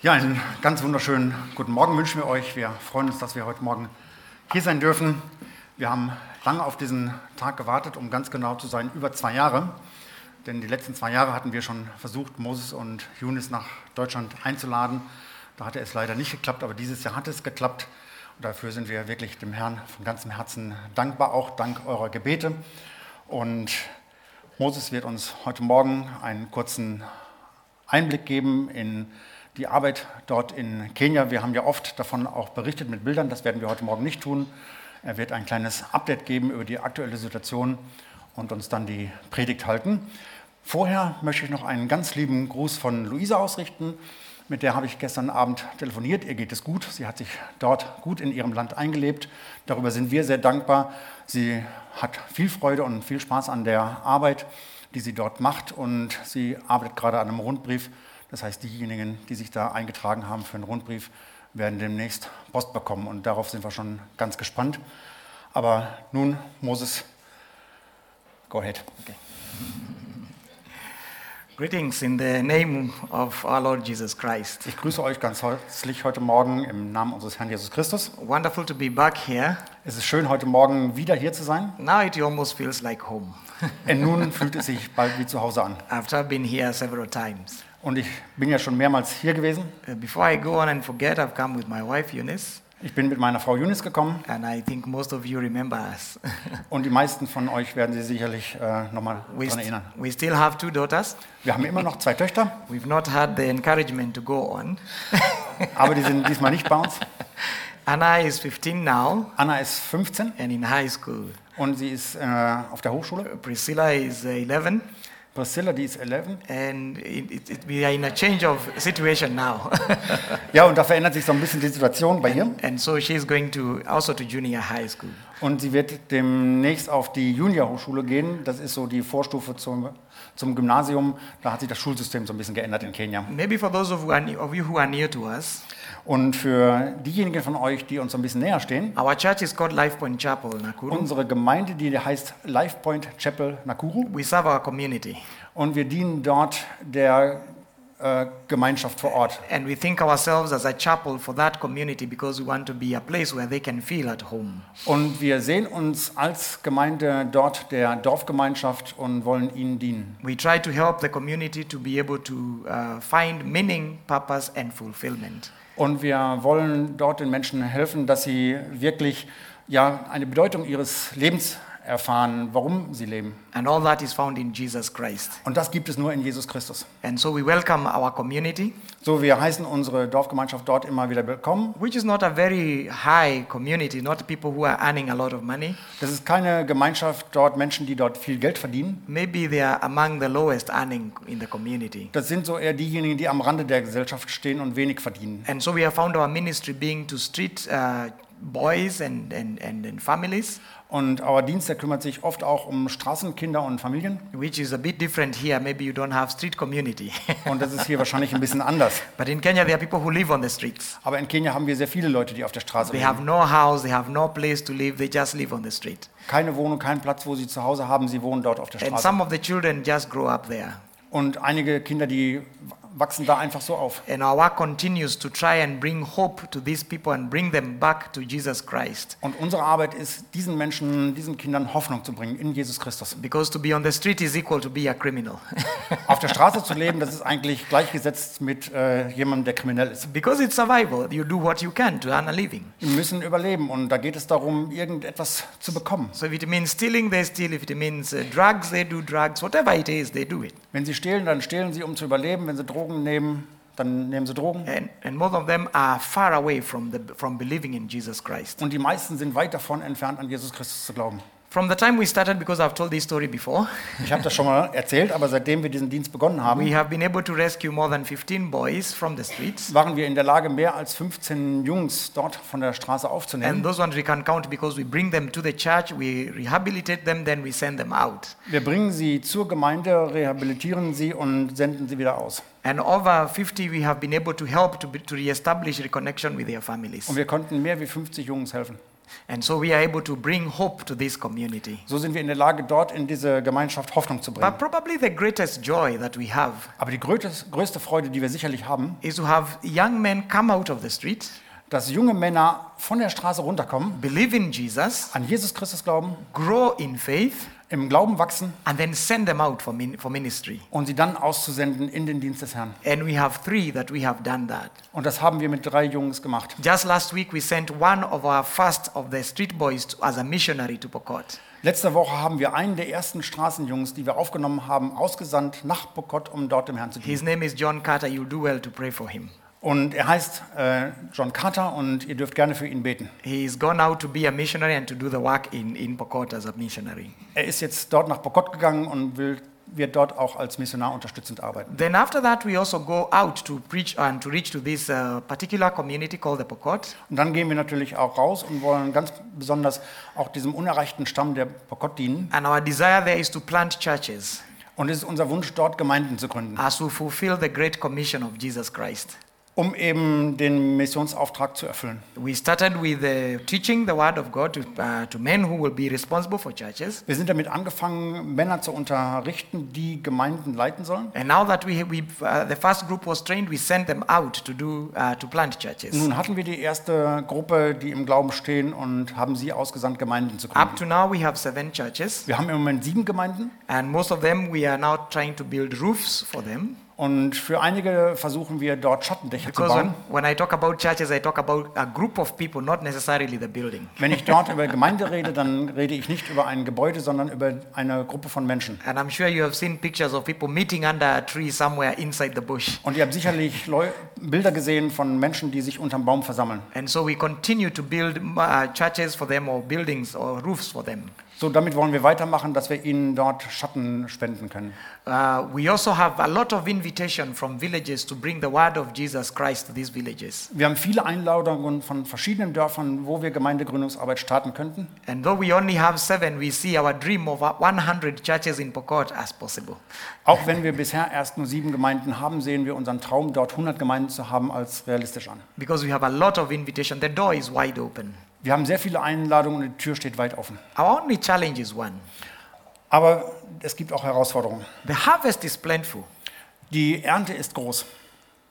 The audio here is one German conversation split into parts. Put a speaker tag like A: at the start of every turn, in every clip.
A: Ja, einen ganz wunderschönen guten Morgen wünschen wir euch. Wir freuen uns, dass wir heute Morgen hier sein dürfen. Wir haben lange auf diesen Tag gewartet, um ganz genau zu sein, über zwei Jahre. Denn die letzten zwei Jahre hatten wir schon versucht, Moses und Yunis nach Deutschland einzuladen. Da hatte es leider nicht geklappt, aber dieses Jahr hat es geklappt. Und dafür sind wir wirklich dem Herrn von ganzem Herzen dankbar, auch dank eurer Gebete. Und Moses wird uns heute Morgen einen kurzen Einblick geben in die Arbeit dort in Kenia. Wir haben ja oft davon auch berichtet mit Bildern, das werden wir heute Morgen nicht tun. Er wird ein kleines Update geben über die aktuelle Situation und uns dann die Predigt halten. Vorher möchte ich noch einen ganz lieben Gruß von Luisa ausrichten. Mit der habe ich gestern Abend telefoniert. Ihr geht es gut. Sie hat sich dort gut in ihrem Land eingelebt. Darüber sind wir sehr dankbar. Sie hat viel Freude und viel Spaß an der Arbeit, die sie dort macht. Und sie arbeitet gerade an einem Rundbrief. Das heißt, diejenigen, die sich da eingetragen haben für einen Rundbrief, werden demnächst Post bekommen. Und darauf sind wir schon ganz gespannt. Aber nun, Moses, go ahead.
B: Greetings in the name of our Lord Jesus Christ.
A: Ich grüße euch ganz herzlich heute Morgen im Namen unseres Herrn Jesus Christus.
B: Wonderful to be back here.
A: Es ist schön, heute Morgen wieder hier zu sein.
B: Now it almost feels like home
A: Und nun fühlt es sich bald wie zu Hause an.
B: after being here several times.
A: Und ich bin ja schon mehrmals hier gewesen.
B: Uh, Before I go on and forget, I've come with my wife Eunice,
A: Ich bin mit meiner Frau Yunis gekommen
B: and I think most of you remember us.
A: und die meisten von euch werden sie sicherlich äh, nochmal
B: we,
A: daran
B: st-
A: erinnern.
B: we still have two daughters.
A: Wir haben immer noch zwei Töchter,
B: We've not had the encouragement to go on.
A: aber die sind diesmal nicht bei uns.
B: Anna is 15 now
A: Anna ist 15
B: and in high school.
A: und sie ist äh, auf der Hochschule.
B: Priscilla is uh, 11,
A: Priscilla, die ist 11.
B: and it, it, it, we are in a change of situation now.
A: Ja, und da verändert sich so ein bisschen die Situation bei ihr.
B: And so she's going to also to junior high school.
A: Und sie wird demnächst auf die Juniorhochschule gehen. Das ist so die Vorstufe zum, zum Gymnasium. Da hat sich das Schulsystem so ein bisschen geändert in Kenia.
B: Maybe for those of, who are, ne- of you who are new to us,
A: Und für diejenigen von euch, die uns so ein bisschen näher stehen,
B: our church is called Life Point Chapel, Nakuru.
A: unsere Gemeinde, die heißt Life Point Chapel Nakuru.
B: We serve our community,
A: Und wir dienen dort der äh, Gemeinschaft vor Ort.
B: and we think ourselves as a chapel for that community because we want to be a place where they can feel at home.
A: Und wir sehen uns als Gemeinde dort der Dorfgemeinschaft und wollen ihnen dienen.
B: We try to help the community to be able to uh, find meaning, purpose, and fulfillment.
A: Und wir wollen dort den Menschen helfen, dass sie wirklich ja, eine Bedeutung ihres Lebens erfahren, warum sie leben.
B: And all that is found in Jesus Christ.
A: Und das gibt es nur in Jesus Christus.
B: And so we welcome our community,
A: So, wir heißen unsere Dorfgemeinschaft dort immer wieder willkommen.
B: which is not a very high community, not people who are earning a lot of money.
A: Das ist keine Gemeinschaft dort, Menschen, die dort viel Geld verdienen.
B: Maybe they are among the lowest earning in the community.
A: Das sind so eher diejenigen, die am Rande der Gesellschaft stehen und wenig verdienen.
B: And so we have found our ministry being to street uh, boys and, and, and, and families,
A: Und our Dienst, der kümmert sich oft auch um Straßenkinder und Familien.
B: which is a bit different here. Maybe you don't have street community.
A: Und das ist hier wahrscheinlich ein bisschen anders.
B: but in Kenya, there are people who live on the streets.
A: Aber in Kenia haben wir sehr viele Leute, die auf der Straße
B: They
A: leben.
B: have no house, they have no place to live, they just live on the street.
A: Keine Wohnung, keinen Platz, wo sie zu Hause haben. Sie wohnen dort auf der
B: And
A: Straße.
B: some of the children just grow up there.
A: Und einige Kinder, die wachsen da einfach so auf.
B: And our work continues to try and bring hope to these people and bring them back to Jesus Christ.
A: Und unsere Arbeit ist, diesen Menschen, diesen Kindern Hoffnung zu bringen in Jesus Christus.
B: Because to be on the street is equal to be a criminal.
A: Auf der Straße zu leben, das ist eigentlich gleichgesetzt mit äh, jemandem, der kriminell ist.
B: because it's survival, you do what you can to earn a living.
A: Wir müssen überleben und da geht es darum, irgendetwas zu bekommen.
B: So if it means stealing, they steal. If it means uh, drugs, they do drugs. Whatever it is, they do it.
A: Wenn sie stehlen, dann stehlen sie, um zu überleben. Wenn sie Drogen nehmen, dann nehmen sie Drogen.
B: And, and most of them are far away from, the, from believing in Jesus Christ.
A: Und die meisten sind weit davon entfernt, an Jesus Christus zu glauben.
B: From the time we started, because I've told this story before,
A: Ich habe das schon mal erzählt, aber seitdem wir diesen Dienst begonnen haben,
B: we have been able to rescue more than 15 boys from the streets.
A: waren wir in der Lage, mehr als 15 Jungs dort von der Straße
B: And
A: aufzunehmen.
B: those ones we can count because we bring them to the church, we rehabilitate them, then we send them out.
A: Wir bringen sie zur Gemeinde, rehabilitieren sie und senden sie wieder aus.
B: And over 50, we have been able to help to, be, to reestablish reconnection with their families.
A: Und wir konnten mehr wie 50 Jungs helfen.
B: And so we are able to bring hope to this community.
A: So sind wir in der Lage, dort in diese Gemeinschaft Hoffnung zu bringen.
B: But probably the greatest joy that we have
A: Aber die größte, größte Freude, die wir sicherlich haben,
B: is to have young men come out of the street,
A: dass junge Männer von der Straße runterkommen,
B: believe in Jesus,
A: an Jesus Christus glauben,
B: grow in faith,
A: im Glauben wachsen
B: and then send them out for, min- for ministry.
A: und sie dann auszusenden in den Dienst des Herrn.
B: And we have three that we have done that.
A: Und das haben wir mit drei Jungs gemacht.
B: Just last week, we sent one of our first of the street boys to, as a missionary to Pokot.
A: Letzte Woche haben wir einen der ersten Straßenjungs, die wir aufgenommen haben, ausgesandt nach Bokot, um dort dem Herrn zu dienen.
B: His name is John Carter. You'll do well to pray for him.
A: Und er heißt äh, John Carter und ihr dürft gerne für ihn beten.
B: He's gone out to be a missionary and to do the work in, in Pokot as a missionary.
A: Er ist jetzt dort nach Bokot gegangen und will, wird dort auch als Missionar unterstützend arbeiten.
B: Then after that, we also go out to preach and to reach to this uh, particular community called the Pokot.
A: Und dann gehen wir natürlich auch raus und wollen ganz besonders auch diesem unerreichten Stamm der Bokot dienen.
B: And our desire there is to plant churches
A: Und es ist unser Wunsch, dort Gemeinden zu gründen,
B: as we fulfill the great commission of Jesus Christ.
A: um eben den Missionsauftrag zu erfüllen.
B: We started with uh, teaching the word of God to, uh, to men who will be responsible for churches.
A: Wir sind damit angefangen, Männer zu unterrichten, die Gemeinden leiten sollen.
B: And now that we, we uh, the first group was trained, we sent them out to do uh, to plant churches.
A: Nun hatten wir die erste Gruppe, die im Glauben stehen und haben sie ausgesandt, Gemeinden zu gründen.
B: Up to now, we have seven churches,
A: Wir haben im Moment sieben Gemeinden
B: and most of them we are now trying to build roofs for them.
A: und für einige versuchen wir dort Schattendächer zu
B: Because when,
A: bauen.
B: when I talk about churches, I talk about a group of people, not necessarily the building.
A: Wenn ich dort über Gemeinde rede, dann rede ich nicht über ein Gebäude, sondern über eine Gruppe von Menschen.
B: And I'm sure you have seen pictures of people meeting under a tree somewhere inside the bush.
A: Und ihr habt sicherlich Leu Bilder gesehen von Menschen, die sich unterm Baum versammeln.
B: And so we continue to build uh, churches for them, or buildings, or roofs for them.
A: So, damit wollen wir weitermachen, dass wir ihnen dort Schatten spenden können.
B: Uh, we also have a lot of invitation from villages to bring the word of Jesus Christ to these villages.
A: Wir haben viele Einladungen von verschiedenen Dörfern, wo wir Gemeindegründungsarbeit starten könnten.
B: And though we only have seven, we see our dream of 100 churches in Pokot as possible.
A: Auch wenn wir bisher erst nur sieben Gemeinden haben, sehen wir unseren Traum, dort 100 Gemeinden zu haben, als realistisch an.
B: Because we have a lot of invitation, the door is wide open.
A: Wir haben sehr viele Einladungen und die Tür steht weit offen.
B: Our only challenge is one
A: Aber es gibt auch Herausforderungen.
B: the harvest is plentiful,
A: Die Ernte ist groß,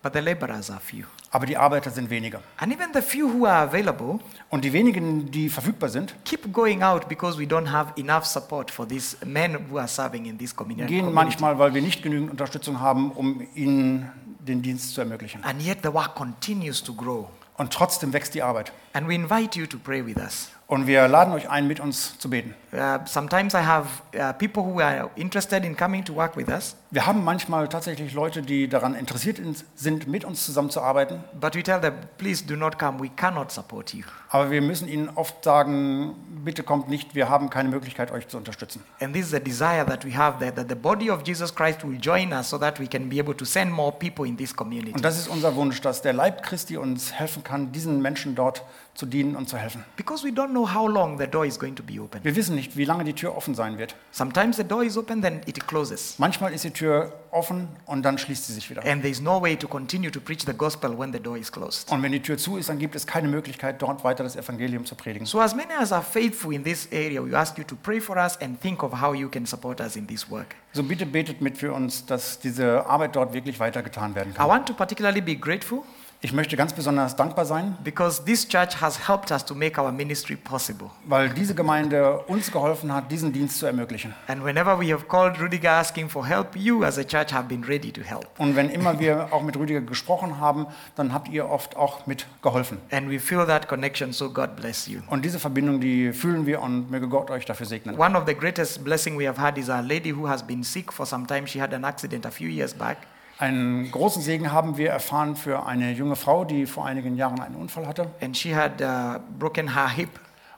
B: but the laborers are few.
A: aber die Arbeiter sind weniger.
B: And even the few who are available
A: Und die wenigen, die verfügbar sind,
B: keep going out because we don't have enough support for these men who are serving in this community.
A: gehen manchmal, weil wir nicht genügend Unterstützung haben, um ihnen den Dienst zu ermöglichen.
B: And yet the work continues to grow.
A: Und trotzdem wächst die Arbeit.
B: And we invite you to pray with us.
A: Und wir laden euch ein, mit uns zu beten.
B: Uh, sometimes I have uh, people who are interested in coming to work with us,
A: Wir haben manchmal tatsächlich Leute, die daran interessiert in- sind, mit uns zusammenzuarbeiten,
B: but we tell them, please do not come. We cannot support you.
A: aber wir müssen ihnen oft sagen, bitte kommt nicht, wir haben keine Möglichkeit, euch zu unterstützen.
B: And this is a desire that we have that, that the body of Jesus Christ will join us so that we can be able to send more people in this community.
A: Und das ist unser Wunsch, dass der Leib Christi uns helfen kann, diesen Menschen dort zu dienen und zu helfen.
B: Because we don't know how long the door is going to be open.
A: Wir wissen nicht, wie lange die Tür offen sein wird.
B: Sometimes the door is open, then it closes.
A: Manchmal ist die Tür offen und dann schließt sie sich wieder.
B: And there's no way to continue to preach the gospel when the door is closed.
A: Und wenn die Tür zu ist, dann gibt es keine Möglichkeit, dort weiter das Evangelium zu predigen.
B: So, as many as are faithful in this area, we ask you to pray for us and think of how you can support us in this work.
A: So bitte betet mit für uns, dass diese Arbeit dort wirklich weitergetan werden
B: I
A: kann.
B: want to particularly be grateful
A: Ich möchte ganz besonders dankbar sein,
B: because this church has helped us to make our ministry possible.
A: weil diese Gemeinde uns geholfen hat, diesen Dienst zu ermöglichen.
B: And whenever we have called Rudiger asking for help, you as a church have been ready to help.
A: Und wenn immer wir auch mit Rüdiger gesprochen haben, dann habt ihr oft auch mitgeholfen.
B: And we feel that connection, so God bless you.
A: Und diese Verbindung, die fühlen wir und möge Gott euch dafür segnen.
B: One of the greatest blessing we have had is a lady who has been sick for some time. She had an accident a few years back.
A: Einen großen Segen haben wir erfahren für eine junge Frau, die vor einigen Jahren einen Unfall hatte.
B: and she had uh, broken her hip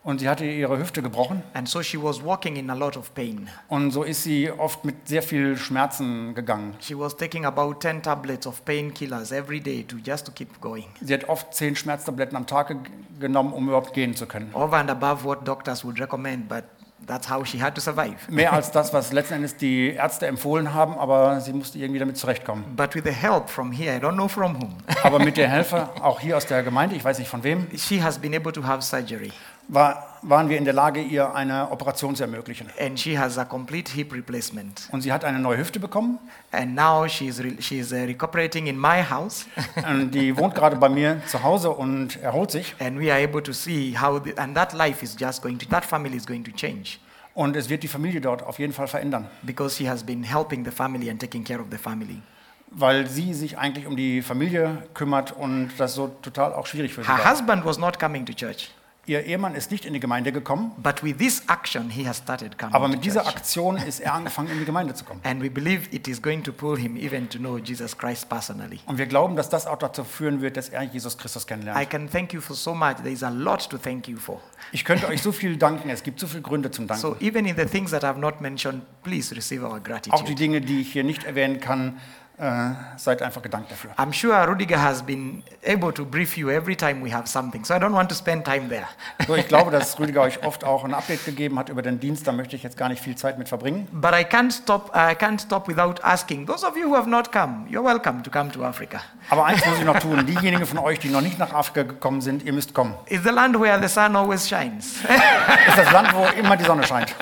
A: Und sie hatte ihre Hüfte gebrochen.
B: and so she was walking in a lot of pain
A: Und so ist sie oft mit sehr viel Schmerzen gegangen.
B: she was taking about 10 tablets of painkillers every day to just to keep going
A: Sie hat oft zehn Schmerztabletten am Tag ge- genommen, um überhaupt gehen zu können.
B: over and above what doctors would recommend but that's how she had to survive
A: Mehr als das, was letzten Endes die Ärzte empfohlen haben, aber sie musste irgendwie damit zurechtkommen.
B: but with the help from here i don't know from whom
A: Aber mit der Hilfe, auch hier aus der Gemeinde, ich weiß nicht von wem,
B: she has been able to have surgery
A: war, waren wir in der Lage, ihr eine Operation zu ermöglichen.
B: and she has a complete hip replacement.
A: Und sie hat eine neue Hüfte bekommen.
B: And now she's, re- she's uh, recuperating in my house,
A: Und die wohnt gerade bei mir zu Hause und erholt sich.
B: and we are able to see how, the, and that life is just going to, that family is going to change
A: Und es wird die Familie dort auf jeden Fall verändern,
B: because she has been helping the family and taking care of the family.
A: weil sie sich eigentlich um die Familie kümmert und das so total auch schwierig für sie
B: Her
A: war.
B: husband was not coming to church,
A: Ihr Ehemann ist nicht in die Gemeinde gekommen,
B: but with this action, he has started coming
A: aber
B: to
A: mit dieser
B: church.
A: Aktion ist er angefangen, in die Gemeinde zu kommen.
B: And we believe it is going to pull him even to know Jesus Christ personally.
A: Und wir glauben, dass das auch dazu führen wird, dass er Jesus Christus
B: I
A: kennenlernt.
B: can thank you for so much. There is a lot to thank you for.
A: Ich könnte euch so viel danken, es gibt so viele Gründe zum Danken.
B: So even in the things that I've not mentioned, please receive our
A: Auch die
B: gratitude.
A: Dinge, die ich hier nicht erwähnen kann, äh, seid einfach gedankt dafür.
B: I'm sure Rudiger has been able to brief you every time we have something, so I don't want to spend time there.
A: So, ich glaube, dass Rüdiger euch oft auch ein Update gegeben hat über den Dienst, da möchte ich jetzt gar nicht viel Zeit mit verbringen.
B: But I can't stop. I can't stop without asking those of you who have not come. You're welcome to come to Africa.
A: Aber eins muss ich noch tun, diejenigen von euch, die noch nicht nach Afrika gekommen sind, ihr müsst kommen.
B: It's the land where the sun always shines,
A: Es ist das Land, wo immer die Sonne scheint.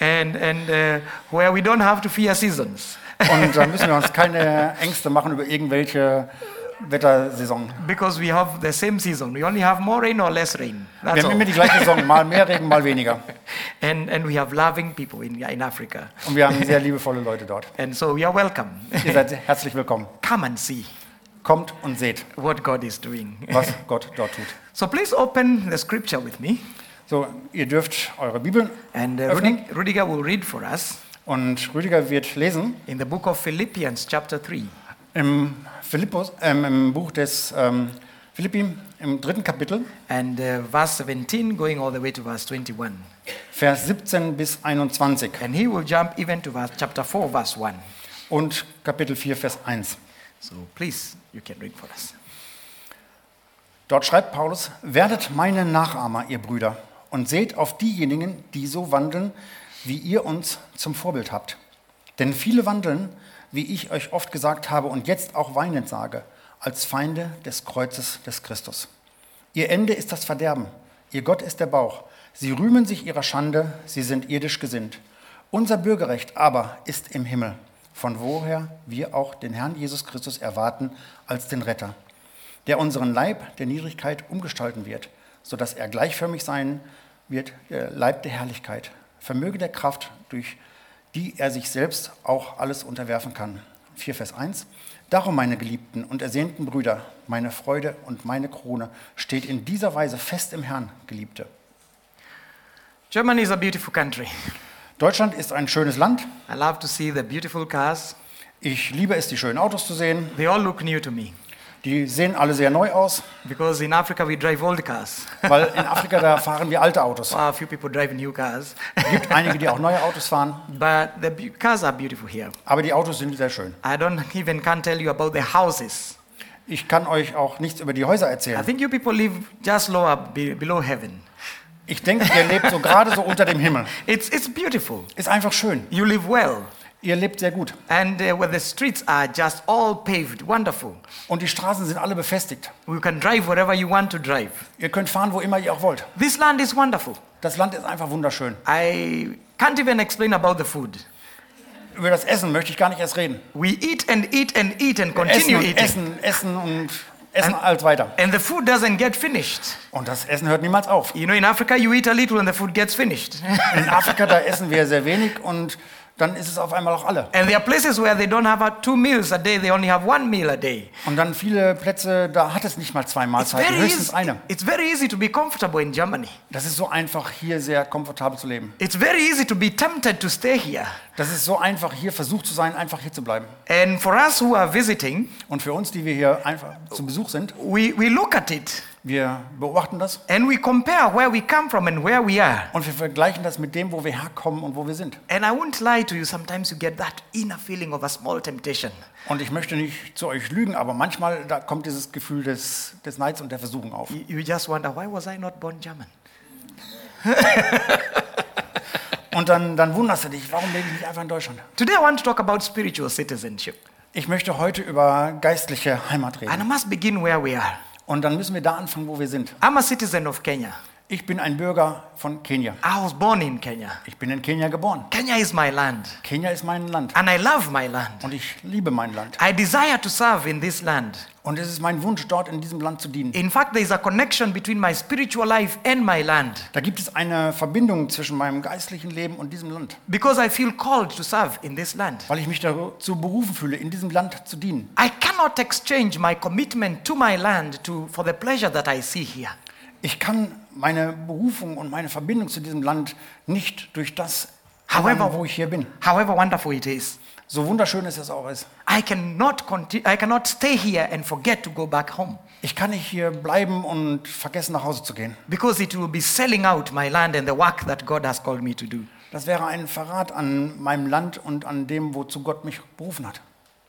B: and and uh, where we don't have to fear seasons.
A: Und da müssen wir uns keine Ängste machen über irgendwelche Wettersaison.
B: Because we have the same season. We only have more rain or less rain.
A: Wir
B: That's
A: haben immer
B: all.
A: die gleiche Saison, mal mehr Regen, mal weniger.
B: And, and we have loving people in, in Africa.
A: Und wir haben sehr liebevolle Leute dort.
B: And so we are welcome.
A: Ihr seid herzlich willkommen.
B: Come and see
A: Kommt und seht,
B: what God is doing.
A: was Gott dort tut.
B: So please open the scripture with me.
A: So, ihr dürft eure Bibeln
B: And uh,
A: öffnen
B: Rudig- Rudiger will read for us
A: und Rüdiger wird lesen
B: in the book of Philippians, chapter 3.
A: im, Philippus, ähm, im Buch des ähm, Philippi im dritten Kapitel,
B: And uh, verse 17, going all the way to verse 21.
A: Vers 17 bis 21
B: And he will jump even to verse, chapter 4, verse 1.
A: und Kapitel 4, Vers 1.
B: So please, you can read for us.
A: Dort schreibt Paulus, werdet meine Nachahmer, ihr Brüder, und seht auf diejenigen, die so wandeln, wie ihr uns zum Vorbild habt. Denn viele wandeln, wie ich euch oft gesagt habe und jetzt auch weinend sage, als Feinde des Kreuzes des Christus. Ihr Ende ist das Verderben, ihr Gott ist der Bauch. Sie rühmen sich ihrer Schande, sie sind irdisch gesinnt. Unser Bürgerrecht aber ist im Himmel, von woher wir auch den Herrn Jesus Christus erwarten als den Retter, der unseren Leib der Niedrigkeit umgestalten wird, sodass er gleichförmig sein wird, der Leib der Herrlichkeit, Vermöge der Kraft, durch die er sich selbst auch alles unterwerfen kann. 4 Vers 1. Darum, meine geliebten und ersehnten Brüder, meine Freude und meine Krone steht in dieser Weise fest im Herrn, Geliebte.
B: Germany is a beautiful country.
A: Deutschland ist ein schönes Land.
B: I love to see the beautiful cars.
A: Ich liebe es, die schönen Autos zu sehen.
B: They all look new to me
A: Die sehen alle sehr neu aus,
B: because in Africa we drive old cars.
A: weil in Afrika, da fahren wir alte Autos.
B: Well, a few people drive new cars,
A: Es gibt einige, die auch neue Autos fahren,
B: but the be- cars are beautiful here.
A: aber die Autos sind sehr schön.
B: I don't even can't tell you about the houses.
A: Ich kann euch auch nichts über die Häuser
B: I
A: erzählen.
B: think you people live just lower be, below heaven.
A: Ich denke, ihr lebt so gerade so unter dem Himmel.
B: It's it's beautiful.
A: Ist einfach schön.
B: You live well,
A: Ihr lebt sehr gut.
B: and uh, where the streets are just all paved, wonderful.
A: Und die Straßen sind alle befestigt.
B: You can drive wherever you want to drive.
A: Ihr könnt fahren, wo immer ihr auch wollt.
B: This land is wonderful.
A: Das Land ist einfach wunderschön.
B: I can't even explain about the food.
A: Über das Essen möchte ich gar nicht erst reden.
B: We eat and eat and eat and
A: Essen
B: continue
A: und
B: eating,
A: Essen, Essen und Essen als weiter.
B: and the food doesn't get finished.
A: Und das Essen hört niemals auf.
B: You know, in Africa, you eat a little and the food gets finished.
A: In Afrika, da essen wir sehr wenig und dann ist es auf einmal auch alle.
B: And there are places where they don't have uh, two meals a day, they only have one meal a day.
A: Und dann viele Plätze, da hat es nicht mal zwei Mahlzeiten, höchstens
B: easy,
A: eine.
B: it's very easy to be comfortable in Germany.
A: Das ist so einfach, hier sehr komfortabel zu leben.
B: It's very easy to be tempted to stay here.
A: Das ist so einfach, hier versucht zu sein, einfach hier zu bleiben.
B: And for us who are visiting,
A: Und für uns, die wir hier einfach zu Besuch sind,
B: we, we look at it
A: wir beobachten das
B: and we compare where we come from and where we are.
A: und wir vergleichen das mit dem, wo wir herkommen und wo wir sind.
B: And I won't lie to you, sometimes you get that inner feeling of a small temptation.
A: Und ich möchte nicht zu euch lügen, aber manchmal da kommt dieses Gefühl des, des Neids und der Versuchung auf.
B: You, you just wonder, why was I not born German?
A: Und dann, dann wunderst du dich, warum lebe ich nicht einfach in Deutschland?
B: Today I want to talk about spiritual citizenship.
A: Ich möchte heute über geistliche Heimat
B: And I
A: reden.
B: must begin where we are.
A: Und dann müssen wir da anfangen, wo wir sind.
B: I'm a citizen of Kenya.
A: Ich bin ein Bürger von Kenia.
B: I was born in Kenya.
A: Ich bin in Kenia geboren.
B: Kenya is my land,
A: Kenia ist mein Land
B: and I love my land.
A: und ich liebe mein Land.
B: I desire to serve in this land.
A: Und es ist mein Wunsch, dort in diesem Land zu dienen.
B: In fact, there is a connection between my spiritual life and my land
A: Da gibt es eine Verbindung zwischen meinem geistlichen Leben und diesem Land,
B: because I feel called to serve in this land.
A: weil ich mich dazu berufen fühle, in diesem Land zu dienen.
B: I cannot exchange my commitment to my land to, for the pleasure that I see here.
A: Ich kann meine Berufung und meine Verbindung zu diesem Land nicht durch das
B: However-
A: ändern, wo ich hier bin.
B: However wonderful it is,
A: So wunderschön es es auch ist.
B: I cannot, conti- I cannot stay here and forget to go back home
A: Ich kann nicht hier bleiben und vergessen, nach Hause zu gehen.
B: because it will be selling out my land and the work that God has called me to do.
A: Das wäre ein Verrat an meinem Land und an dem, wozu Gott mich berufen hat.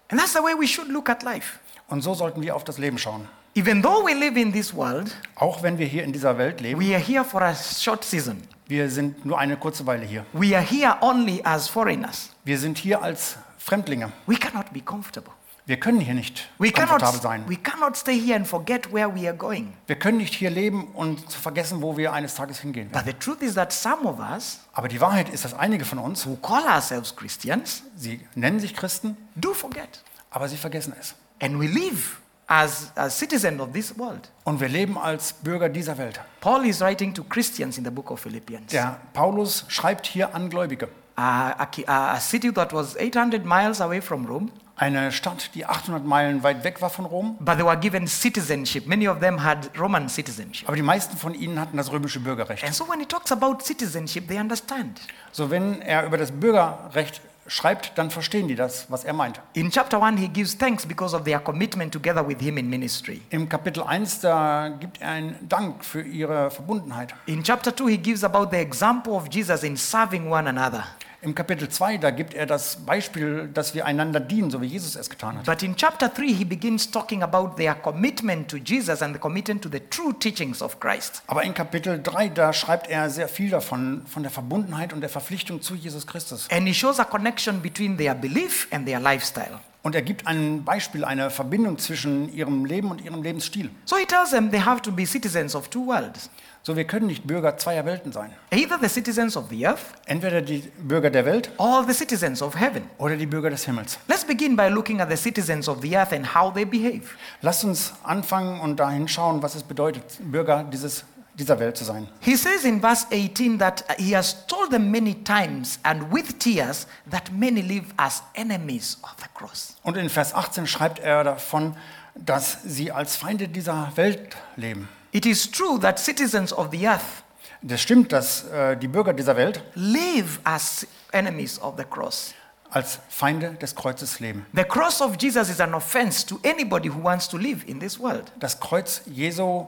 B: And that's the way we should look at life.
A: Und so sollten wir auf das Leben schauen.
B: Even though we live in this world,
A: Auch wenn wir hier in dieser Welt leben,
B: we are here for a short season.
A: wir sind nur eine kurze Weile hier.
B: We are here only as foreigners.
A: Wir sind hier als Fremdlinge.
B: We cannot be comfortable.
A: Wir können hier nicht
B: We
A: komfortabel
B: cannot,
A: sein.
B: we cannot stay here and forget where we are going.
A: Wir können nicht hier leben und vergessen, wo wir eines Tages hingehen werden.
B: But the truth is that some of us
A: Aber die Wahrheit ist, dass einige von uns,
B: who call ourselves Christians
A: sie nennen sich Christen,
B: do forget.
A: aber sie vergessen es.
B: And we live as a citizen of this world.
A: Und wir leben als Bürger dieser Welt.
B: Paul is writing to Christians in the book of Philippians,
A: Der Paulus schreibt hier an Gläubige.
B: a- a, ki- a- a city that was 800 miles away from Rome,
A: Eine Stadt, die 800 Meilen weit weg war von Rom,
B: but they were given citizenship. Many of them had Roman citizenship.
A: aber die meisten von ihnen hatten das römische Bürgerrecht.
B: And so when he talks about citizenship, they understand.
A: So wenn er über das Bürgerrecht schreibt, dann verstehen die das, was er meint.
B: In chapter 1, he gives thanks because of their commitment together with him in ministry.
A: Im Kapitel 1, da gibt er einen Dank für ihre Verbundenheit.
B: In chapter 2, he gives about the example of Jesus in serving one another.
A: Im Kapitel 2, da gibt er das Beispiel, dass wir einander dienen, so wie Jesus es getan hat.
B: But in chapter 3, he begins talking about their commitment to Jesus and the commitment to the true teachings of Christ.
A: Aber in Kapitel 3, da schreibt er sehr viel davon, von der Verbundenheit und der Verpflichtung zu Jesus Christus.
B: And he shows a connection between their belief and their lifestyle.
A: Und er gibt ein Beispiel, eine Verbindung zwischen ihrem Leben und ihrem Lebensstil.
B: So he tells them they have to be citizens of two worlds
A: So, wir können nicht Bürger zweier Welten sein.
B: either the citizens of the earth
A: Entweder die Bürger der Welt
B: or the citizens of heaven.
A: oder die Bürger des Himmels.
B: Let's begin by looking at the citizens of the earth and how they behave.
A: Lasst uns anfangen und dahin schauen, was es bedeutet, Bürger dieses, dieser Welt zu sein.
B: He says in verse 18 that uh, he has told them many times and with tears that many live as enemies of the cross.
A: Und in Vers 18 schreibt er davon, dass sie als Feinde dieser Welt leben.
B: It is true that citizens of the earth
A: Das stimmt, dass äh, die Bürger dieser Welt
B: live as enemies of the cross.
A: als Feinde des Kreuzes leben.
B: The cross of Jesus is an offense to anybody who wants to live in this world.
A: Das Kreuz Jesu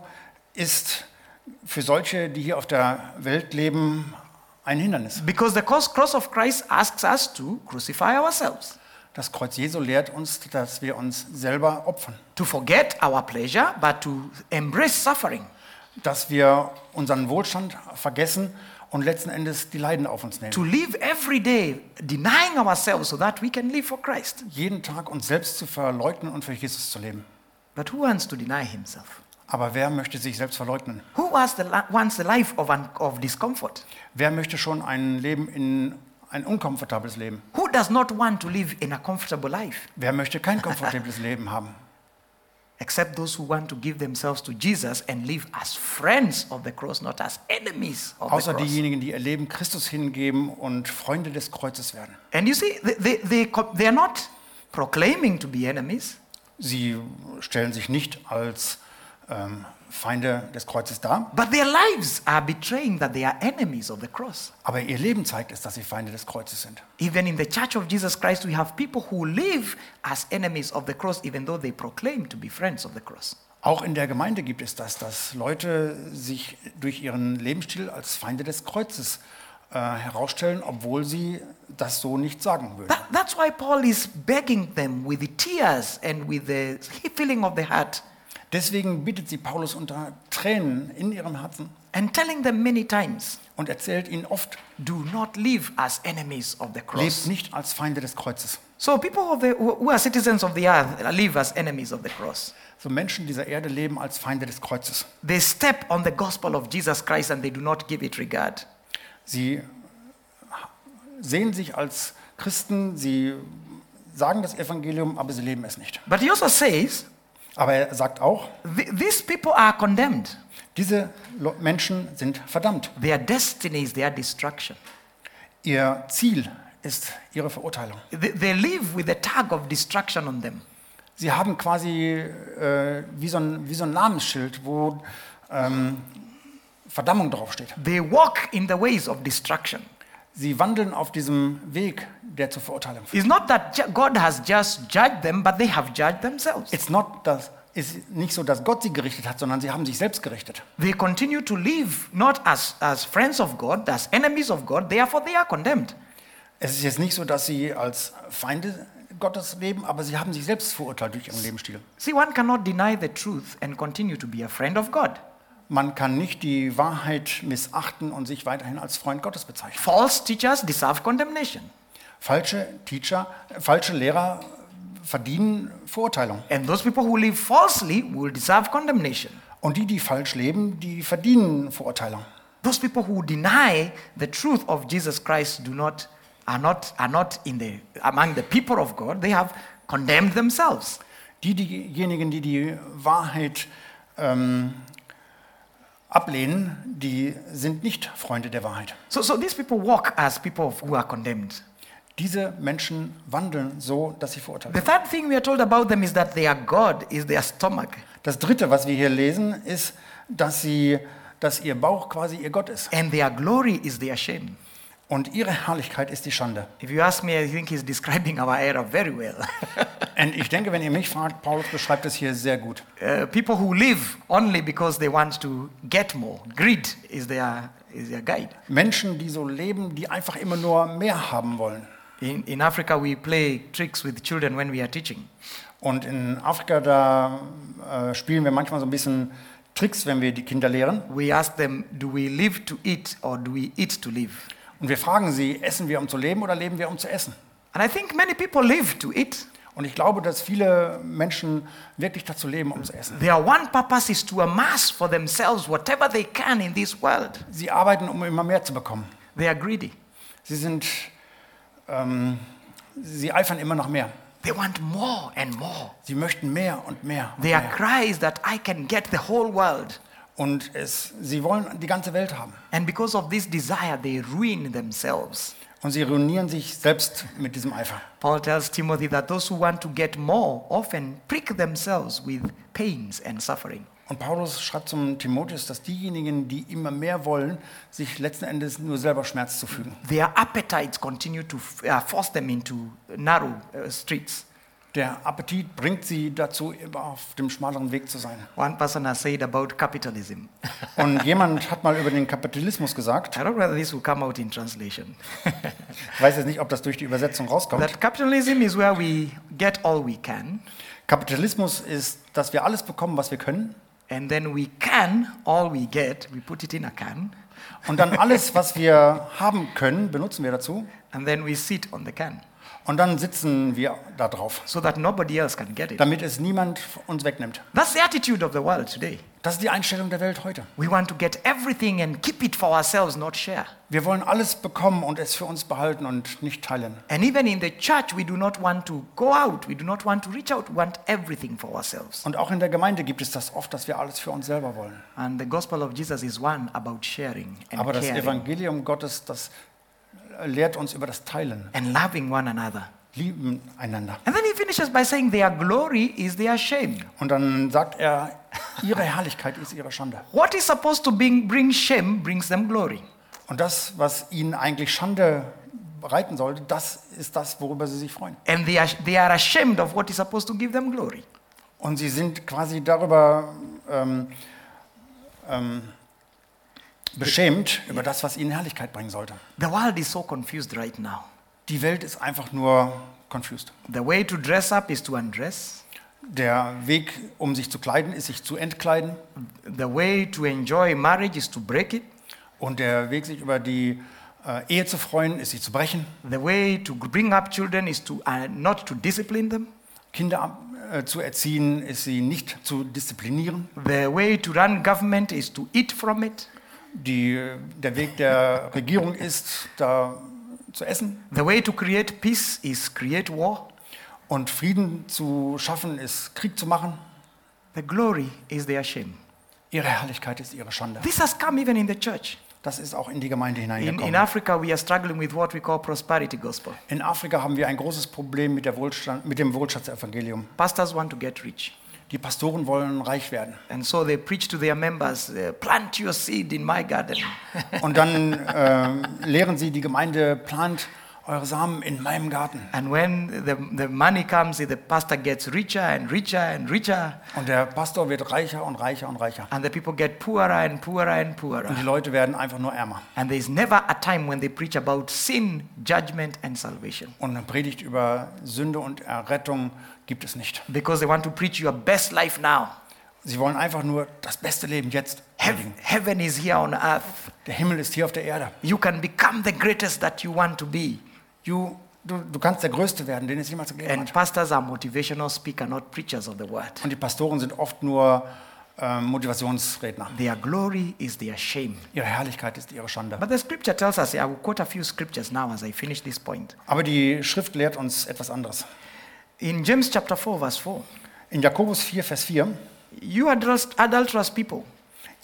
A: ist für solche, die hier auf der Welt leben, ein Hindernis.
B: Because the cross cross of Christ asks us to crucify ourselves,
A: Das Kreuz Jesu lehrt uns, dass wir uns selber opfern,
B: to forget our pleasure, but to embrace suffering.
A: dass wir unseren Wohlstand vergessen und letzten Endes die Leiden auf uns nehmen.
B: To live every day denying ourselves so that we can live for Christ.
A: Jeden Tag uns selbst zu verleugnen und für Jesus zu leben.
B: But who wants to deny himself?
A: Aber wer möchte sich selbst verleugnen?
B: Who wants the, li- wants the life of, un- of discomfort?
A: Wer möchte schon ein Leben in ein unkomfortables Leben?
B: Who does not want to live in a comfortable life?
A: Wer möchte kein komfortables Leben haben?
B: Except those who want to give themselves to Jesus and live as friends of the cross, not as enemies of
A: Außer
B: the cross.
A: diejenigen, die ihr Leben Christus hingeben und Freunde des Kreuzes werden.
B: And you see, they, they, they, co- they are not proclaiming to be enemies.
A: Sie stellen sich nicht als ähm, Feinde des Kreuzes dar,
B: But their lives are betraying that they are enemies of the cross.
A: aber ihr Leben zeigt es, dass sie Feinde des Kreuzes sind.
B: Even in the church of Jesus Christ, we have people who live as enemies of the cross, even though they proclaim to be friends of the cross.
A: Auch in der Gemeinde gibt es das, dass Leute sich durch ihren Lebensstil als Feinde des Kreuzes äh, herausstellen, obwohl sie das so nicht sagen würden.
B: That, that's why Paul is begging them with the tears and with the feeling of the heart
A: Deswegen bittet sie Paulus unter Tränen in ihrem Herzen,
B: and telling them many times,
A: und erzählt ihnen oft,
B: do not live as enemies of the
A: lebt
B: cross.
A: nicht als Feinde des Kreuzes.
B: So people of the, who who are citizens of the earth live as enemies of the cross.
A: So Menschen dieser Erde leben als Feinde des Kreuzes.
B: They step on the gospel of Jesus Christ and they do not give it regard.
A: Sie sehen sich als Christen, sie sagen das Evangelium, aber sie leben es nicht.
B: But he also says,
A: Aber er sagt auch,
B: "Th- these people are condemned.
A: diese Le- Menschen sind verdammt.
B: Their destiny is their destruction.
A: Ihr Ziel ist ihre Verurteilung.
B: They, they live with the tag of destruction on them.
A: Sie haben quasi äh, wie, so ein, wie so ein Namensschild, wo ähm, Verdammung draufsteht.
B: They walk in the ways of destruction.
A: Sie wandeln auf diesem Weg, der zur Verurteilung führt.
B: It's not that ju- God has just judged them, but they have judged themselves.
A: It's not, dass, ist nicht so, dass Gott sie gerichtet hat, sondern sie haben sich selbst gerichtet.
B: They continue to live not as, as friends of God, as enemies of God, therefore they are condemned.
A: Es ist jetzt nicht so, dass sie als Feinde Gottes leben, aber sie haben sich selbst verurteilt durch ihren Lebensstil.
B: See, one cannot deny the truth and continue to be a friend of God.
A: Man kann nicht die Wahrheit missachten und sich weiterhin als Freund Gottes bezeichnen.
B: False teachers deserve condemnation,
A: Falsche Teacher, äh, falsche Lehrer verdienen Verurteilung.
B: and those people who live falsely will deserve condemnation.
A: Und die, die falsch leben, die verdienen Verurteilung.
B: Those people who deny the truth of Jesus Christ do not are not are not in the among the people of God. They have condemned themselves.
A: Die, diejenigen, die die Wahrheit ähm, ablehnen, die sind nicht Freunde der Wahrheit.
B: So, so these people walk as people of- who are condemned.
A: Diese Menschen wandeln so, dass sie verurteilt
B: The
A: werden.
B: third thing we are told about them is that their God is their stomach.
A: Das Dritte, was wir hier lesen, ist, dass, sie, dass ihr Bauch quasi ihr Gott ist.
B: And their glory is their shame.
A: Und ihre Herrlichkeit ist die Schande.
B: If you ask me, I think he's describing our era very well.
A: Und ich denke, wenn ihr mich fragt, Paulus beschreibt es hier sehr gut.
B: Uh, people who live only because they want to get more. Greed is their, is their guide.
A: Menschen, die so leben, die einfach immer nur mehr haben wollen.
B: In, in Africa, we play tricks with children when we are teaching.
A: Und in Afrika, da äh, spielen wir manchmal so ein bisschen Tricks, wenn wir die Kinder lehren.
B: We ask them, do we live to eat or do we eat to live?
A: Und wir fragen sie, essen wir um zu leben oder leben wir um zu essen?
B: And I think many people live to eat.
A: Und ich glaube, dass viele Menschen wirklich dazu leben, um zu essen.
B: Their one purpose is to amass for themselves whatever they can in this world.
A: Sie arbeiten, um immer mehr zu bekommen.
B: They are greedy.
A: Sie sind, ähm, sie eifern immer nach mehr.
B: They want more and more.
A: Sie möchten mehr und mehr. Und,
B: Their
A: mehr.
B: cry is that I can get the whole world.
A: und es, sie wollen die ganze Welt haben.
B: And because of this desire, they ruin themselves.
A: Und sie ruinieren sich selbst mit diesem Eifer.
B: Paul tells Timothy that those who want to get more often prick themselves with pains and suffering.
A: Und Paulus schreibt zum Timotheus, dass diejenigen, die immer mehr wollen, sich letzten Endes nur selber Schmerz zufügen.
B: Their appetites continue to f- uh, force them into narrow uh, streets.
A: Der Appetit bringt sie dazu, immer auf dem schmaleren Weg zu sein.
B: One person has said about capitalism.
A: Und jemand hat mal über den Kapitalismus gesagt,
B: I don't know whether this will come out in translation.
A: ich weiß jetzt nicht, ob das durch die Übersetzung rauskommt.
B: that capitalism is where we get all we can,
A: Kapitalismus ist, dass wir alles bekommen, was wir können.
B: and then we can all we get, we put it in a can,
A: Und dann alles, was wir haben können, benutzen wir dazu.
B: and then we sit on the can
A: Und dann sitzen wir da drauf,
B: so that nobody else can get it.
A: damit es niemand uns wegnimmt.
B: That's the attitude of the world today.
A: Das ist die Einstellung der Welt heute.
B: We want to get everything and keep it for ourselves, not share.
A: Wir wollen alles bekommen und es für uns behalten und nicht teilen.
B: And even in the church, we do not want to go out, we do not want to reach out, we want everything for ourselves.
A: Und auch in der Gemeinde gibt es das oft, dass wir alles für uns selber wollen.
B: And the gospel of Jesus is one about sharing and
A: Aber das
B: caring
A: Evangelium Gottes, das lehrt uns über das Teilen,
B: and loving one another.
A: lieben einander.
B: And then he finishes by saying, Their glory is their shame.
A: Und dann sagt er, ihre Herrlichkeit ist ihre Schande.
B: What is supposed to bring, bring shame brings them glory.
A: Und das, was ihnen eigentlich Schande bereiten sollte, das ist das, worüber sie sich freuen.
B: And they are, they are ashamed of what is supposed to give them glory.
A: Und sie sind quasi darüber ähm, ähm, beschämt, über das, was ihnen Herrlichkeit bringen sollte.
B: The world is so confused right now.
A: Die Welt ist einfach nur confused.
B: The way to dress up is to undress,
A: Der Weg, um sich zu kleiden, ist sich zu entkleiden.
B: The way to enjoy marriage is to break it.
A: Und der Weg, sich über die äh, Ehe zu freuen, ist sie zu brechen.
B: The way to bring up children is to uh, not to discipline them.
A: Kinder ab, äh, zu erziehen, ist sie nicht zu disziplinieren.
B: The way to run government is to eat from it.
A: Die, äh, der Weg der Regierung ist, da zu essen.
B: The way to create peace is create war.
A: Und Frieden zu schaffen, ist Krieg zu machen.
B: The glory is their shame.
A: Ihre Herrlichkeit ist ihre Schande.
B: This has come even in the church.
A: Das ist auch in die Gemeinde
B: In, in
A: hineingekommen.
B: Africa, we are struggling with what we call prosperity gospel.
A: In Afrika haben wir ein großes Problem mit, der Wohlstand, mit dem Wohlstandsevangelium.
B: Pastors want to get rich.
A: Die Pastoren wollen reich werden.
B: And so they preach to their members, uh, plant your seed in my garden.
A: Und dann ähm, lehren sie die Gemeinde, plant eure Samen in meinem Garten.
B: and when the, the money comes, the pastor gets richer and richer and richer,
A: Und der Pastor wird reicher und reicher und reicher.
B: and the people get poorer and poorer and poorer.
A: Und die Leute werden einfach nur ärmer.
B: And there's never a time when they preach about sin, judgment, and salvation.
A: Und eine Predigt über Sünde und Errettung gibt es nicht.
B: Because they want to preach your best life now.
A: Sie wollen einfach nur das beste Leben jetzt predigen.
B: Heaven, heaven is here on earth.
A: Der Himmel ist hier auf der Erde.
B: You can become the greatest that you want to be.
A: Du, du, du kannst der Größte werden, den es jemals gegeben
B: And
A: hat.
B: pastors are motivational speakers, not preachers of the word.
A: Und die Pastoren sind oft nur ähm, Motivationsredner.
B: Their glory is their shame.
A: Ihre Herrlichkeit ist ihre Schande.
B: But the scripture tells us, I will quote a few scriptures now as I finish this point.
A: Aber die Schrift lehrt uns etwas anderes.
B: In James chapter 4, verse 4,
A: In Jakobus 4, Vers 4,
B: you adulterous, adulterous people,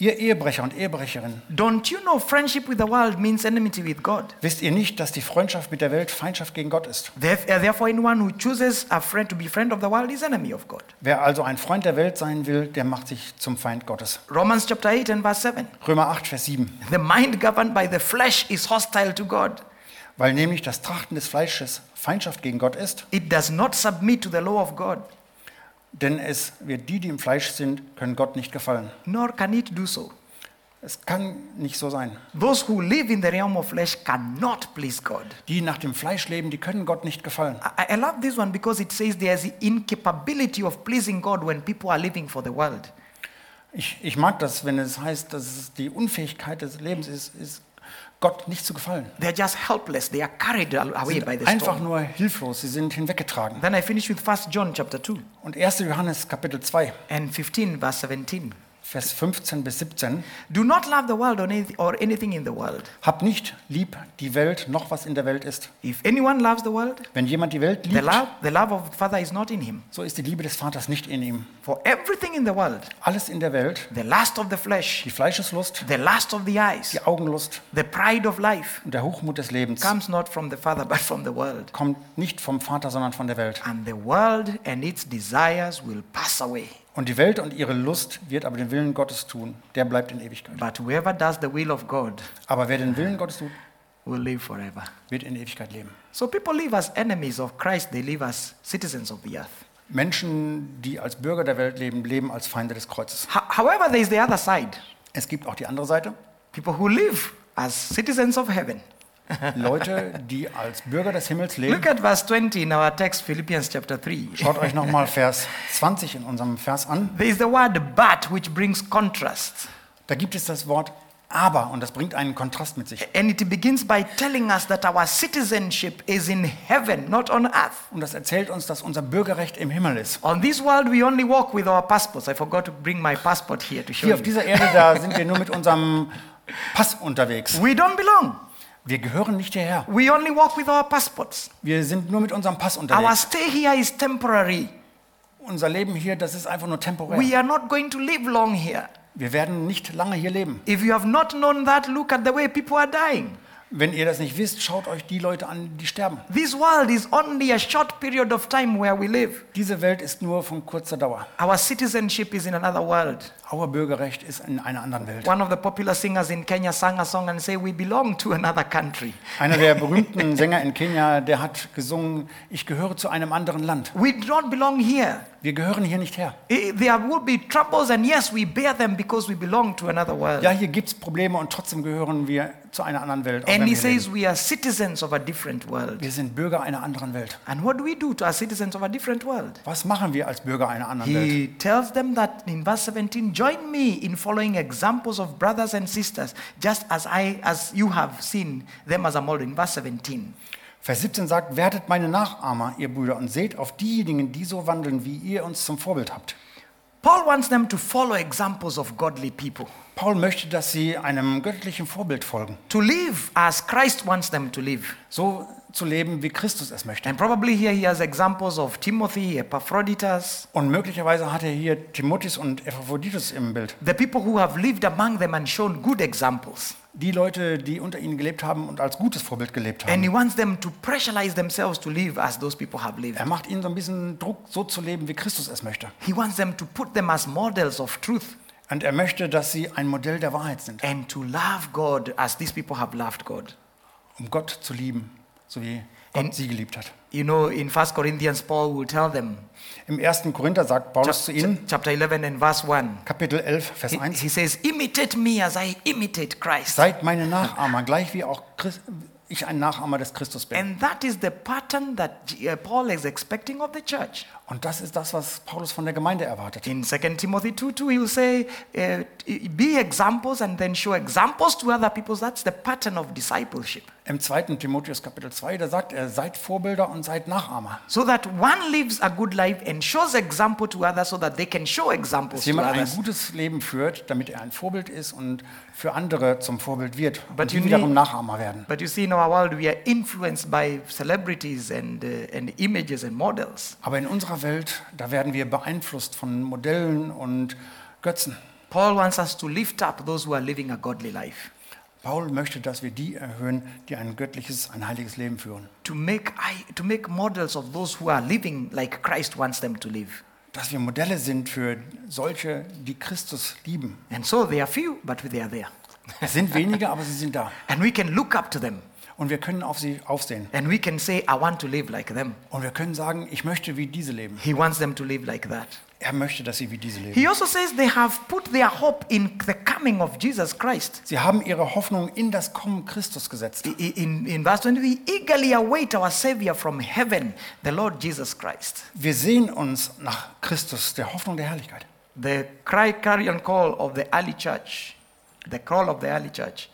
A: ihr Ehebrecher und Ehebrecherinnen,
B: don't you know friendship with the world means enmity with God?
A: wisst ihr nicht, dass die Freundschaft mit der Welt Feindschaft gegen Gott ist?
B: Theref- uh, Therefore, anyone who chooses a friend to be friend of the world is enemy of God.
A: Wer also ein Freund der Welt sein will, der macht sich zum Feind Gottes.
B: Romans chapter 8 and verse 7.
A: Römer 8, Vers 7.
B: The mind governed by the flesh is hostile to God.
A: Weil nämlich das Trachten des Fleisches Feindschaft gegen Gott ist,
B: It does not submit to the law of God,
A: denn es wird die, die im Fleisch sind, können Gott nicht gefallen.
B: nor can it do so.
A: Es kann nicht so sein.
B: Those who live in the realm of flesh cannot please God.
A: Die nach dem Fleisch leben, die können Gott nicht gefallen.
B: I, I love this one because it says there's the incapability of pleasing God when people are living for the world.
A: Ich, ich mag das, wenn es heißt, dass es die Unfähigkeit des Lebens ist, ist Gott nicht zu gefallen.
B: They're just helpless. They are carried al- away Oh by the
A: Einfach
B: storm.
A: nur hilflos, sie sind hinweggetragen.
B: Then I finish with 1 John chapter 2
A: Und 1. Johannes Kapitel 2,
B: and 15 verse 17.
A: Vers 15 bis 17.
B: Do not love the world or, anyth- or anything in the world.
A: Habt nicht lieb die Welt, noch was in der Welt ist.
B: If anyone loves the world,
A: Wenn jemand die Welt
B: the
A: liebt,
B: love, the love of the Father is not in him.
A: so ist die Liebe des Vaters nicht in ihm.
B: For everything in the world,
A: Alles in der Welt,
B: the lust of the flesh,
A: die Fleischeslust,
B: the lust of the eyes,
A: die Augenlust
B: the pride of life,
A: und der Hochmut des Lebens
B: comes not from the Father but from the world.
A: kommt nicht vom Vater, sondern von der Welt.
B: And the world and its desires will pass away.
A: Und die Welt und ihre Lust wird aber den Willen Gottes tun. Der bleibt in Ewigkeit.
B: But whoever does the will of God
A: Aber wer den Willen Gottes tut,
B: will live forever.
A: wird in Ewigkeit leben.
B: So people live as enemies of Christ, they live as citizens of the earth.
A: Menschen, die als Bürger der Welt leben, leben als Feinde des Kreuzes.
B: Ho- however, there is the other side
A: Es gibt auch die andere Seite.
B: people who live as citizens of heaven.
A: Leute, die als Bürger des Himmels leben.
B: Look at verse 20 in our text, Philippians chapter 3.
A: Schaut euch nochmal Vers 20 in unserem Vers an.
B: There is the word but, which brings contrast.
A: Da gibt es das Wort aber und das bringt einen Kontrast mit sich.
B: And it begins by telling us that our citizenship is in heaven, not on earth.
A: Und das erzählt uns, dass unser Bürgerrecht im Himmel ist.
B: On this world, we only walk with our passports. I forgot to bring my passport here to show
A: Hier auf
B: you.
A: dieser Erde, da sind wir nur mit unserem Pass unterwegs.
B: We don't belong.
A: Wir gehören nicht hierher.
B: We only walk with our passports.
A: Wir sind nur mit unserem Pass
B: Our
A: unterwegs.
B: stay here is temporary.
A: Unser Leben hier, das ist einfach nur temporär.
B: We are not going to live long here.
A: Wir werden nicht lange hier leben.
B: If you have not known that, look at the way people are dying.
A: Wenn ihr das nicht wisst, schaut euch die Leute an, die sterben.
B: This world is only a short period of time where we live.
A: Diese Welt ist nur von kurzer Dauer.
B: Our citizenship is in another world.
A: Our Bürgerrecht ist in einer anderen Welt.
B: One of the popular singers in Kenya sang a song and say, "We belong to another country.
A: Einer der berühmten Sänger in Kenya, der hat gesungen, ich gehöre zu einem anderen Land.
B: We do not belong here.
A: Wir gehören hier nicht her.
B: I- There will be troubles, and yes, we bear them because we belong to another world.
A: Ja, hier gibt es Probleme und trotzdem gehören wir zu einer anderen Welt. auch
B: And
A: wenn
B: he
A: wir, leben.
B: says we are citizens of a different world.
A: wir sind Bürger einer anderen Welt.
B: And what do we do to our citizens of a different world?
A: Was machen wir als Bürger einer anderen Welt?
B: He tells them that in verse 17, join me in following examples of brothers and sisters, just as I as you have seen them as a model in verse 17.
A: Vers 17 sagt, werdet meine Nachahmer, ihr Brüder, und seht auf diejenigen, die so wandeln, wie ihr uns zum Vorbild habt.
B: Paul wants them to follow examples of godly people,
A: Paul möchte, dass sie einem göttlichen Vorbild folgen.
B: to live as Christ wants them to live.
A: So zu leben, wie Christus es möchte.
B: And probably here he has examples of Timothy, Epaphroditus,
A: Und möglicherweise hat er hier Timotheus und Epaphroditus im Bild.
B: the people who have lived among them and shown good examples.
A: Die Leute, die unter ihnen gelebt haben und als gutes Vorbild gelebt haben.
B: And he wants them to pressurize themselves to live as those people have lived.
A: Er macht ihnen so ein bisschen Druck, so zu leben, wie Christus es möchte.
B: He wants them to put them as models of truth
A: Und er möchte, dass sie ein Modell der Wahrheit sind,
B: and to love God as these people have loved God.
A: um Gott zu lieben, so wie Gott
B: And-
A: sie geliebt hat.
B: You know, in 1 Corinthians, Paul will tell them,
A: Im 1. Korinther sagt Paulus zu
B: chap-
A: ihnen,
B: chapter 11 and verse 1,
A: Kapitel 11, Vers
B: he,
A: 1,
B: he says, Imitate me as I imitate Christ.
A: Seid meine Nachahmer, gleich wie auch Christ, ich ein Nachahmer des Christus bin.
B: And that is the pattern that J- uh, Paul is expecting of the church.
A: Und das ist das, was Paulus von der Gemeinde erwartet.
B: In 2 Timothy 2 2, he will say, uh, t- Be examples and then show examples to other people. That's the pattern of discipleship.
A: Im 2. Timotheus Kapitel 2, da sagt er, seid Vorbilder und seid Nachahmer.
B: So that one lives a good life and shows example to others so that they can show examples
A: Dass
B: to
A: jemand ein
B: others.
A: gutes Leben führt, damit er ein Vorbild ist und für andere zum Vorbild wird
B: But
A: und
B: you
A: die wiederum
B: need-
A: Nachahmer werden.
B: But you see, in our world, we are influenced by celebrities and, uh, and images and models.
A: Aber in unserer Welt, da werden wir beeinflusst von Modellen und Götzen.
B: Paul wants us to lift up those who are living a godly life,
A: Paul möchte, dass wir die erhöhen, die ein göttliches, ein heiliges Leben führen.
B: to make, I, to make models of those who are living like Christ wants them to live.
A: Dass wir Modelle sind für solche, die Christus lieben.
B: And so they are few, but they are there.
A: Es sind wenige, aber sie sind da.
B: And we can look up to them
A: Und wir können auf sie aufsehen.
B: and we can say, I want to live like them.
A: Und wir können sagen, ich möchte wie diese leben.
B: He wants them to live like that.
A: Er möchte, dass sie wie diese leben.
B: He also says they have put their hope in the coming of Jesus Christ.
A: Sie haben ihre Hoffnung in das Kommen Christus gesetzt.
B: I- i- In, in verse 20, we eagerly await our Savior from heaven, the Lord Jesus Christ.
A: Wir sehen uns nach Christus, der Hoffnung der Herrlichkeit.
B: The cry, carrion call of the early church, the call of the early church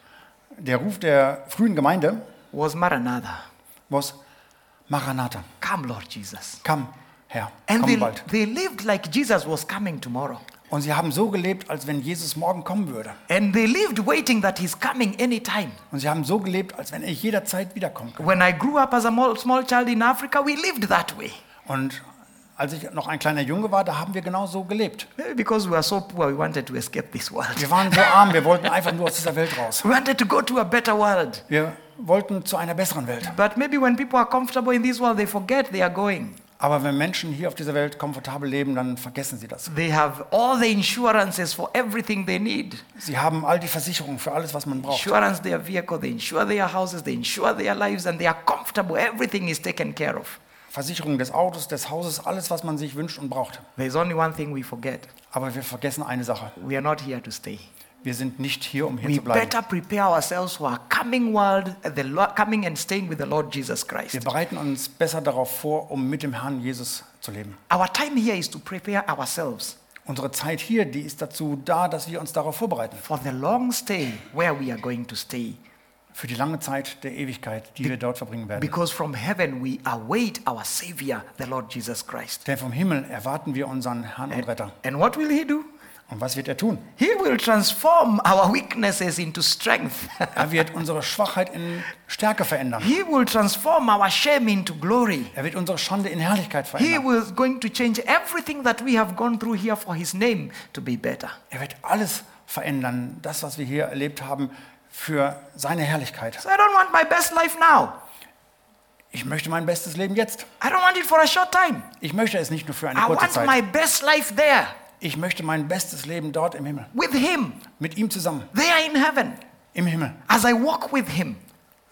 A: Der Ruf der frühen Gemeinde
B: was Maranatha.
A: war Maranatha.
B: Come, Lord Jesus.
A: Komm, Herr,
B: And they,
A: komm bald.
B: they lived like Jesus was coming tomorrow.
A: Und sie haben so gelebt, als wenn Jesus morgen kommen würde.
B: And they lived waiting that he's coming anytime.
A: Und sie haben so gelebt, als wenn er jederzeit wiederkommen könnte.
B: When I grew up as a mo- small child in Africa, we lived that way.
A: Und als ich noch ein kleiner Junge war, da haben wir genau so gelebt.
B: Maybe because we were so poor, we wanted to escape this world.
A: Wir waren so arm, wir wollten einfach nur aus dieser Welt raus.
B: We wanted to go to a better world.
A: Wir wollten zu einer besseren Welt.
B: But maybe when people are comfortable in this world, they forget they are going.
A: Aber wenn Menschen hier auf dieser Welt komfortabel leben, dann vergessen sie das.
B: They have all the insurances for everything they need.
A: Sie haben all die Versicherungen für alles, was man braucht.
B: Insurance their vehicle, they insure their houses, they insure their lives, and they are comfortable. Everything is taken care of.
A: Versicherungen des Autos, des Hauses, alles, was man sich wünscht und braucht.
B: There's only one thing we forget
A: Aber wir vergessen eine Sache.
B: we are not here to stay.
A: Wir sind nicht hier, um hier
B: We
A: zu bleiben.
B: better prepare ourselves for our coming world, the Lo- coming and staying with the Lord Jesus Christ.
A: Wir bereiten uns besser darauf vor, um mit dem Herrn Jesus zu leben.
B: Our time here is to prepare ourselves
A: Unsere Zeit hier, die ist dazu da, dass wir uns darauf vorbereiten.
B: for the long stay where we are going to stay.
A: Für die lange Zeit der Ewigkeit, die wir dort verbringen werden.
B: Because from heaven we await our Savior, the Lord Jesus Christ.
A: Denn vom Himmel erwarten wir unseren Herrn
B: Äh.
A: und Retter.
B: And what will He do?
A: Und was wird er tun?
B: He will transform our weaknesses into strength.
A: Er wird unsere Schwachheit in Stärke verändern.
B: he will transform our shame into glory.
A: Er wird unsere Schande in Herrlichkeit
B: He
A: verändern.
B: was going to change everything that we have gone through here for His name to be better.
A: Er wird alles verändern, das, was wir hier erlebt haben, für seine Herrlichkeit.
B: So I don't want my best life now.
A: Ich möchte mein bestes Leben jetzt.
B: I don't want it for a short time.
A: Ich möchte es nicht nur für eine
B: I
A: kurze
B: want
A: Zeit.
B: my best life there
A: Ich möchte mein bestes Leben dort im Himmel.
B: with Him,
A: Mit ihm zusammen.
B: there in heaven.
A: Im Himmel.
B: As I walk with Him,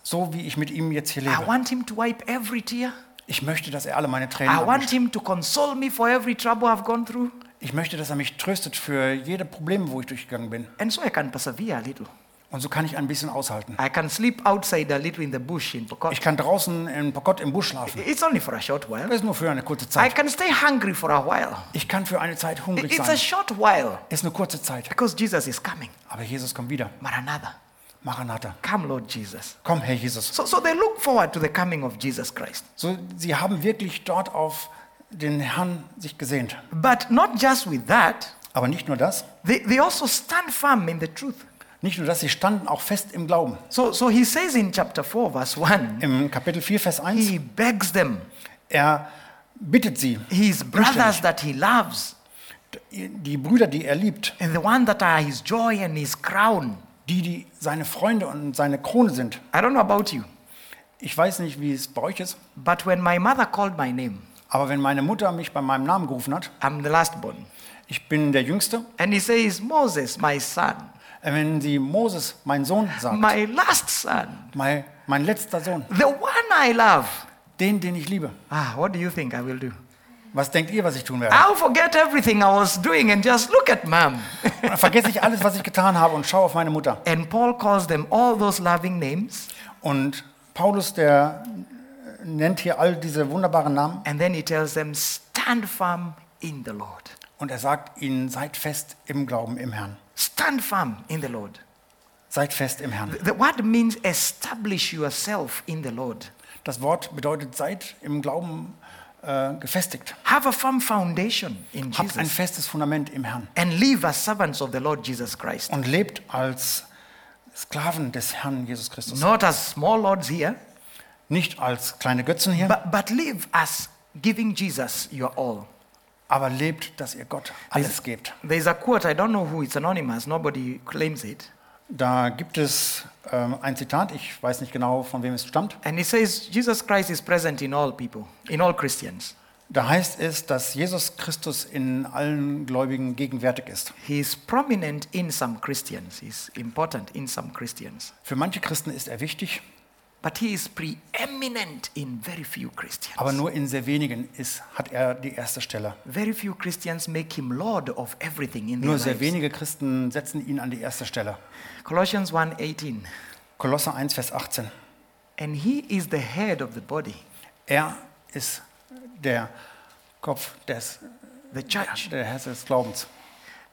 A: So wie ich mit ihm jetzt hier
B: I
A: lebe.
B: want Him to wipe every tear.
A: Ich möchte, dass er alle meine Tränen
B: I want
A: abwischt.
B: him to console me for every trouble I've gone through.
A: Ich möchte, dass er mich tröstet für jede Probleme, wo ich durchgegangen bin.
B: And so I can persevere a little.
A: Und so kann ich ein bisschen aushalten.
B: I can sleep outside a little in the bush in Pokot.
A: Ich kann draußen in Pokot im Busch schlafen.
B: It's only for a short while.
A: Das ist nur für eine kurze
B: I
A: Zeit.
B: can stay hungry for a while.
A: Ich kann für eine Zeit hungrig
B: It's a
A: sein.
B: short while
A: Ist eine kurze Zeit.
B: because Jesus is coming.
A: Aber Jesus kommt wieder.
B: Maranatha.
A: Maranatha.
B: Come, Lord Jesus.
A: Komm, Herr Jesus.
B: So, so they look forward to the coming of Jesus Christ.
A: So, sie haben wirklich dort auf den Herrn sich gesehnt.
B: But not just with that,
A: Aber nicht nur das.
B: they, they also stand firm in the truth.
A: Nicht nur das, sie standen auch fest im Glauben.
B: So, so he says in chapter 4, verse 1,
A: Im Kapitel 4, Vers 1,
B: he begs them,
A: er bittet sie,
B: his brothers that he loves,
A: die Brüder, die er liebt,
B: and the one that are his joy and his crown.
A: die, die seine Freunde und seine Krone sind.
B: I don't know about you,
A: Ich weiß nicht, wie es bei euch ist,
B: but when my mother called my name,
A: aber wenn meine Mutter mich bei meinem Namen gerufen hat,
B: I'm the last born.
A: ich bin der Jüngste,
B: And he says, Moses, my son,
A: äh, wenn sie Moses, mein Sohn, sagt,
B: my last son,
A: mein, mein letzter Sohn,
B: the one I love.
A: den, den ich liebe,
B: Ah, what do you think I will do?
A: was denkt ihr, was ich tun werde?
B: I'll forget everything I was doing and just look at mom.
A: Und dann vergesse ich alles, was ich getan habe und schaue auf meine Mutter.
B: And Paul calls them all those loving names.
A: Und Paulus, der äh, nennt hier all diese wunderbaren Namen
B: And then he tells them, Stand firm in the Lord.
A: und er sagt ihnen, seid fest im Glauben im Herrn.
B: Stand firm in the Lord.
A: Seid fest im Herrn.
B: The word means establish yourself in the Lord.
A: Das Wort bedeutet, seid im Glauben äh, gefestigt.
B: Have a firm foundation in
A: Habt ein
B: Jesus.
A: festes Fundament im Herrn
B: And live as servants of the Lord Jesus Christ.
A: und lebt als Sklaven des Herrn Jesus Christus.
B: Not as small lords here,
A: Nicht als kleine Götzen hier,
B: but, but live as giving Jesus your all.
A: aber lebt, dass ihr Gott alles gebt.
B: There's a quote, I don't know who, it's anonymous, nobody claims it.
A: Da gibt es ähm, ein Zitat, ich weiß nicht genau, von wem es stammt.
B: And it says, Jesus Christ is present in all people, in all Christians.
A: Da heißt es, dass Jesus Christus in allen Gläubigen gegenwärtig ist.
B: He is prominent in some Christians, he's important in some Christians,
A: Für manche Christen ist er wichtig,
B: but he is preeminent in very few Christians.
A: aber nur in sehr wenigen ist, hat er die erste Stelle.
B: Very few Christians make him Lord of everything in their
A: Nur sehr
B: lives.
A: wenige Christen setzen ihn an die erste Stelle.
B: Colossians 1:18.
A: Kolosser 1, Vers 18.
B: And he is the head of the body,
A: Er ist der Kopf des,
B: the church.
A: der Herz des Glaubens.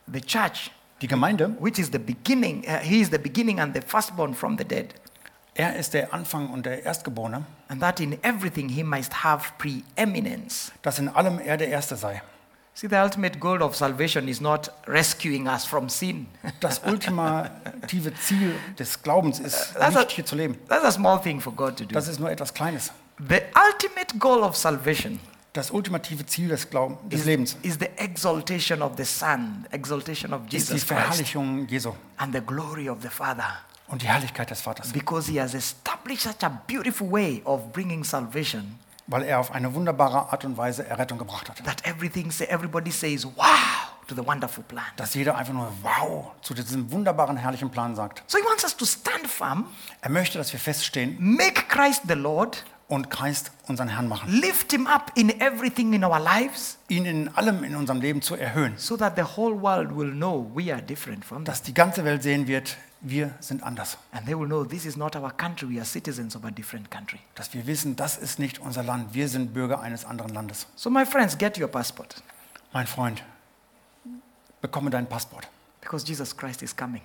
B: The church,
A: Die Gemeinde,
B: which is the beginning, uh, he is the beginning and the firstborn from the dead.
A: er ist der Anfang und der Erstgeborene,
B: And that in everything he must have preeminence.
A: dass in allem er der Erste sei.
B: See, the ultimate goal of salvation is not rescuing us from sin.
A: Das ultimative Ziel des Glaubens ist,
B: That's a-
A: nicht hier zu leben.
B: That's a small thing for God to do.
A: Das ist nur etwas Kleines.
B: The ultimate goal of salvation
A: Das ultimative Ziel des, Glauben, des Lebens
B: is the exaltation of the Son, exaltation of
A: ist die
B: Jesus Christ,
A: Verherrlichung Jesu
B: and the glory of the Father,
A: und die Herrlichkeit des Vaters,
B: because He has established such a beautiful way of bringing salvation
A: weil er auf eine wunderbare Art und Weise Errettung gebracht hat.
B: that everything, say, everybody says, "Wow!" to the wonderful plan.
A: Dass jeder einfach nur Wow zu diesem wunderbaren, herrlichen Plan sagt.
B: So He wants us to stand firm,
A: Er möchte, dass wir feststehen
B: make Christ the Lord,
A: und Christ unseren Herrn machen.
B: lift Him up in everything in our lives,
A: Ihn in allem in unserem Leben zu erhöhen.
B: so that the whole world will know we are different from them,
A: Dass die ganze Welt sehen wird, wir sind anders.
B: and they will know this is not our country. We are citizens of a different country.
A: Dass wir wissen, das ist nicht unser Land. Wir sind Bürger eines anderen Landes.
B: So, my friends, get your passport
A: Mein Freund, bekomme dein Passport.
B: because Jesus Christ is coming.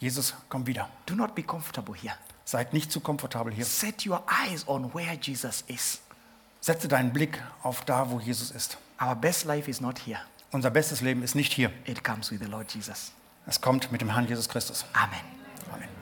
A: Jesus, komm wieder.
B: Do not be comfortable here.
A: Seid nicht zu komfortabel hier.
B: Set your eyes on where Jesus is.
A: Setze deinen Blick auf da, wo Jesus ist.
B: Our best life is not here,
A: Unser bestes Leben ist nicht hier.
B: it comes with the Lord Jesus.
A: Es kommt mit dem Herrn Jesus Christus.
B: Amen.
A: Amen.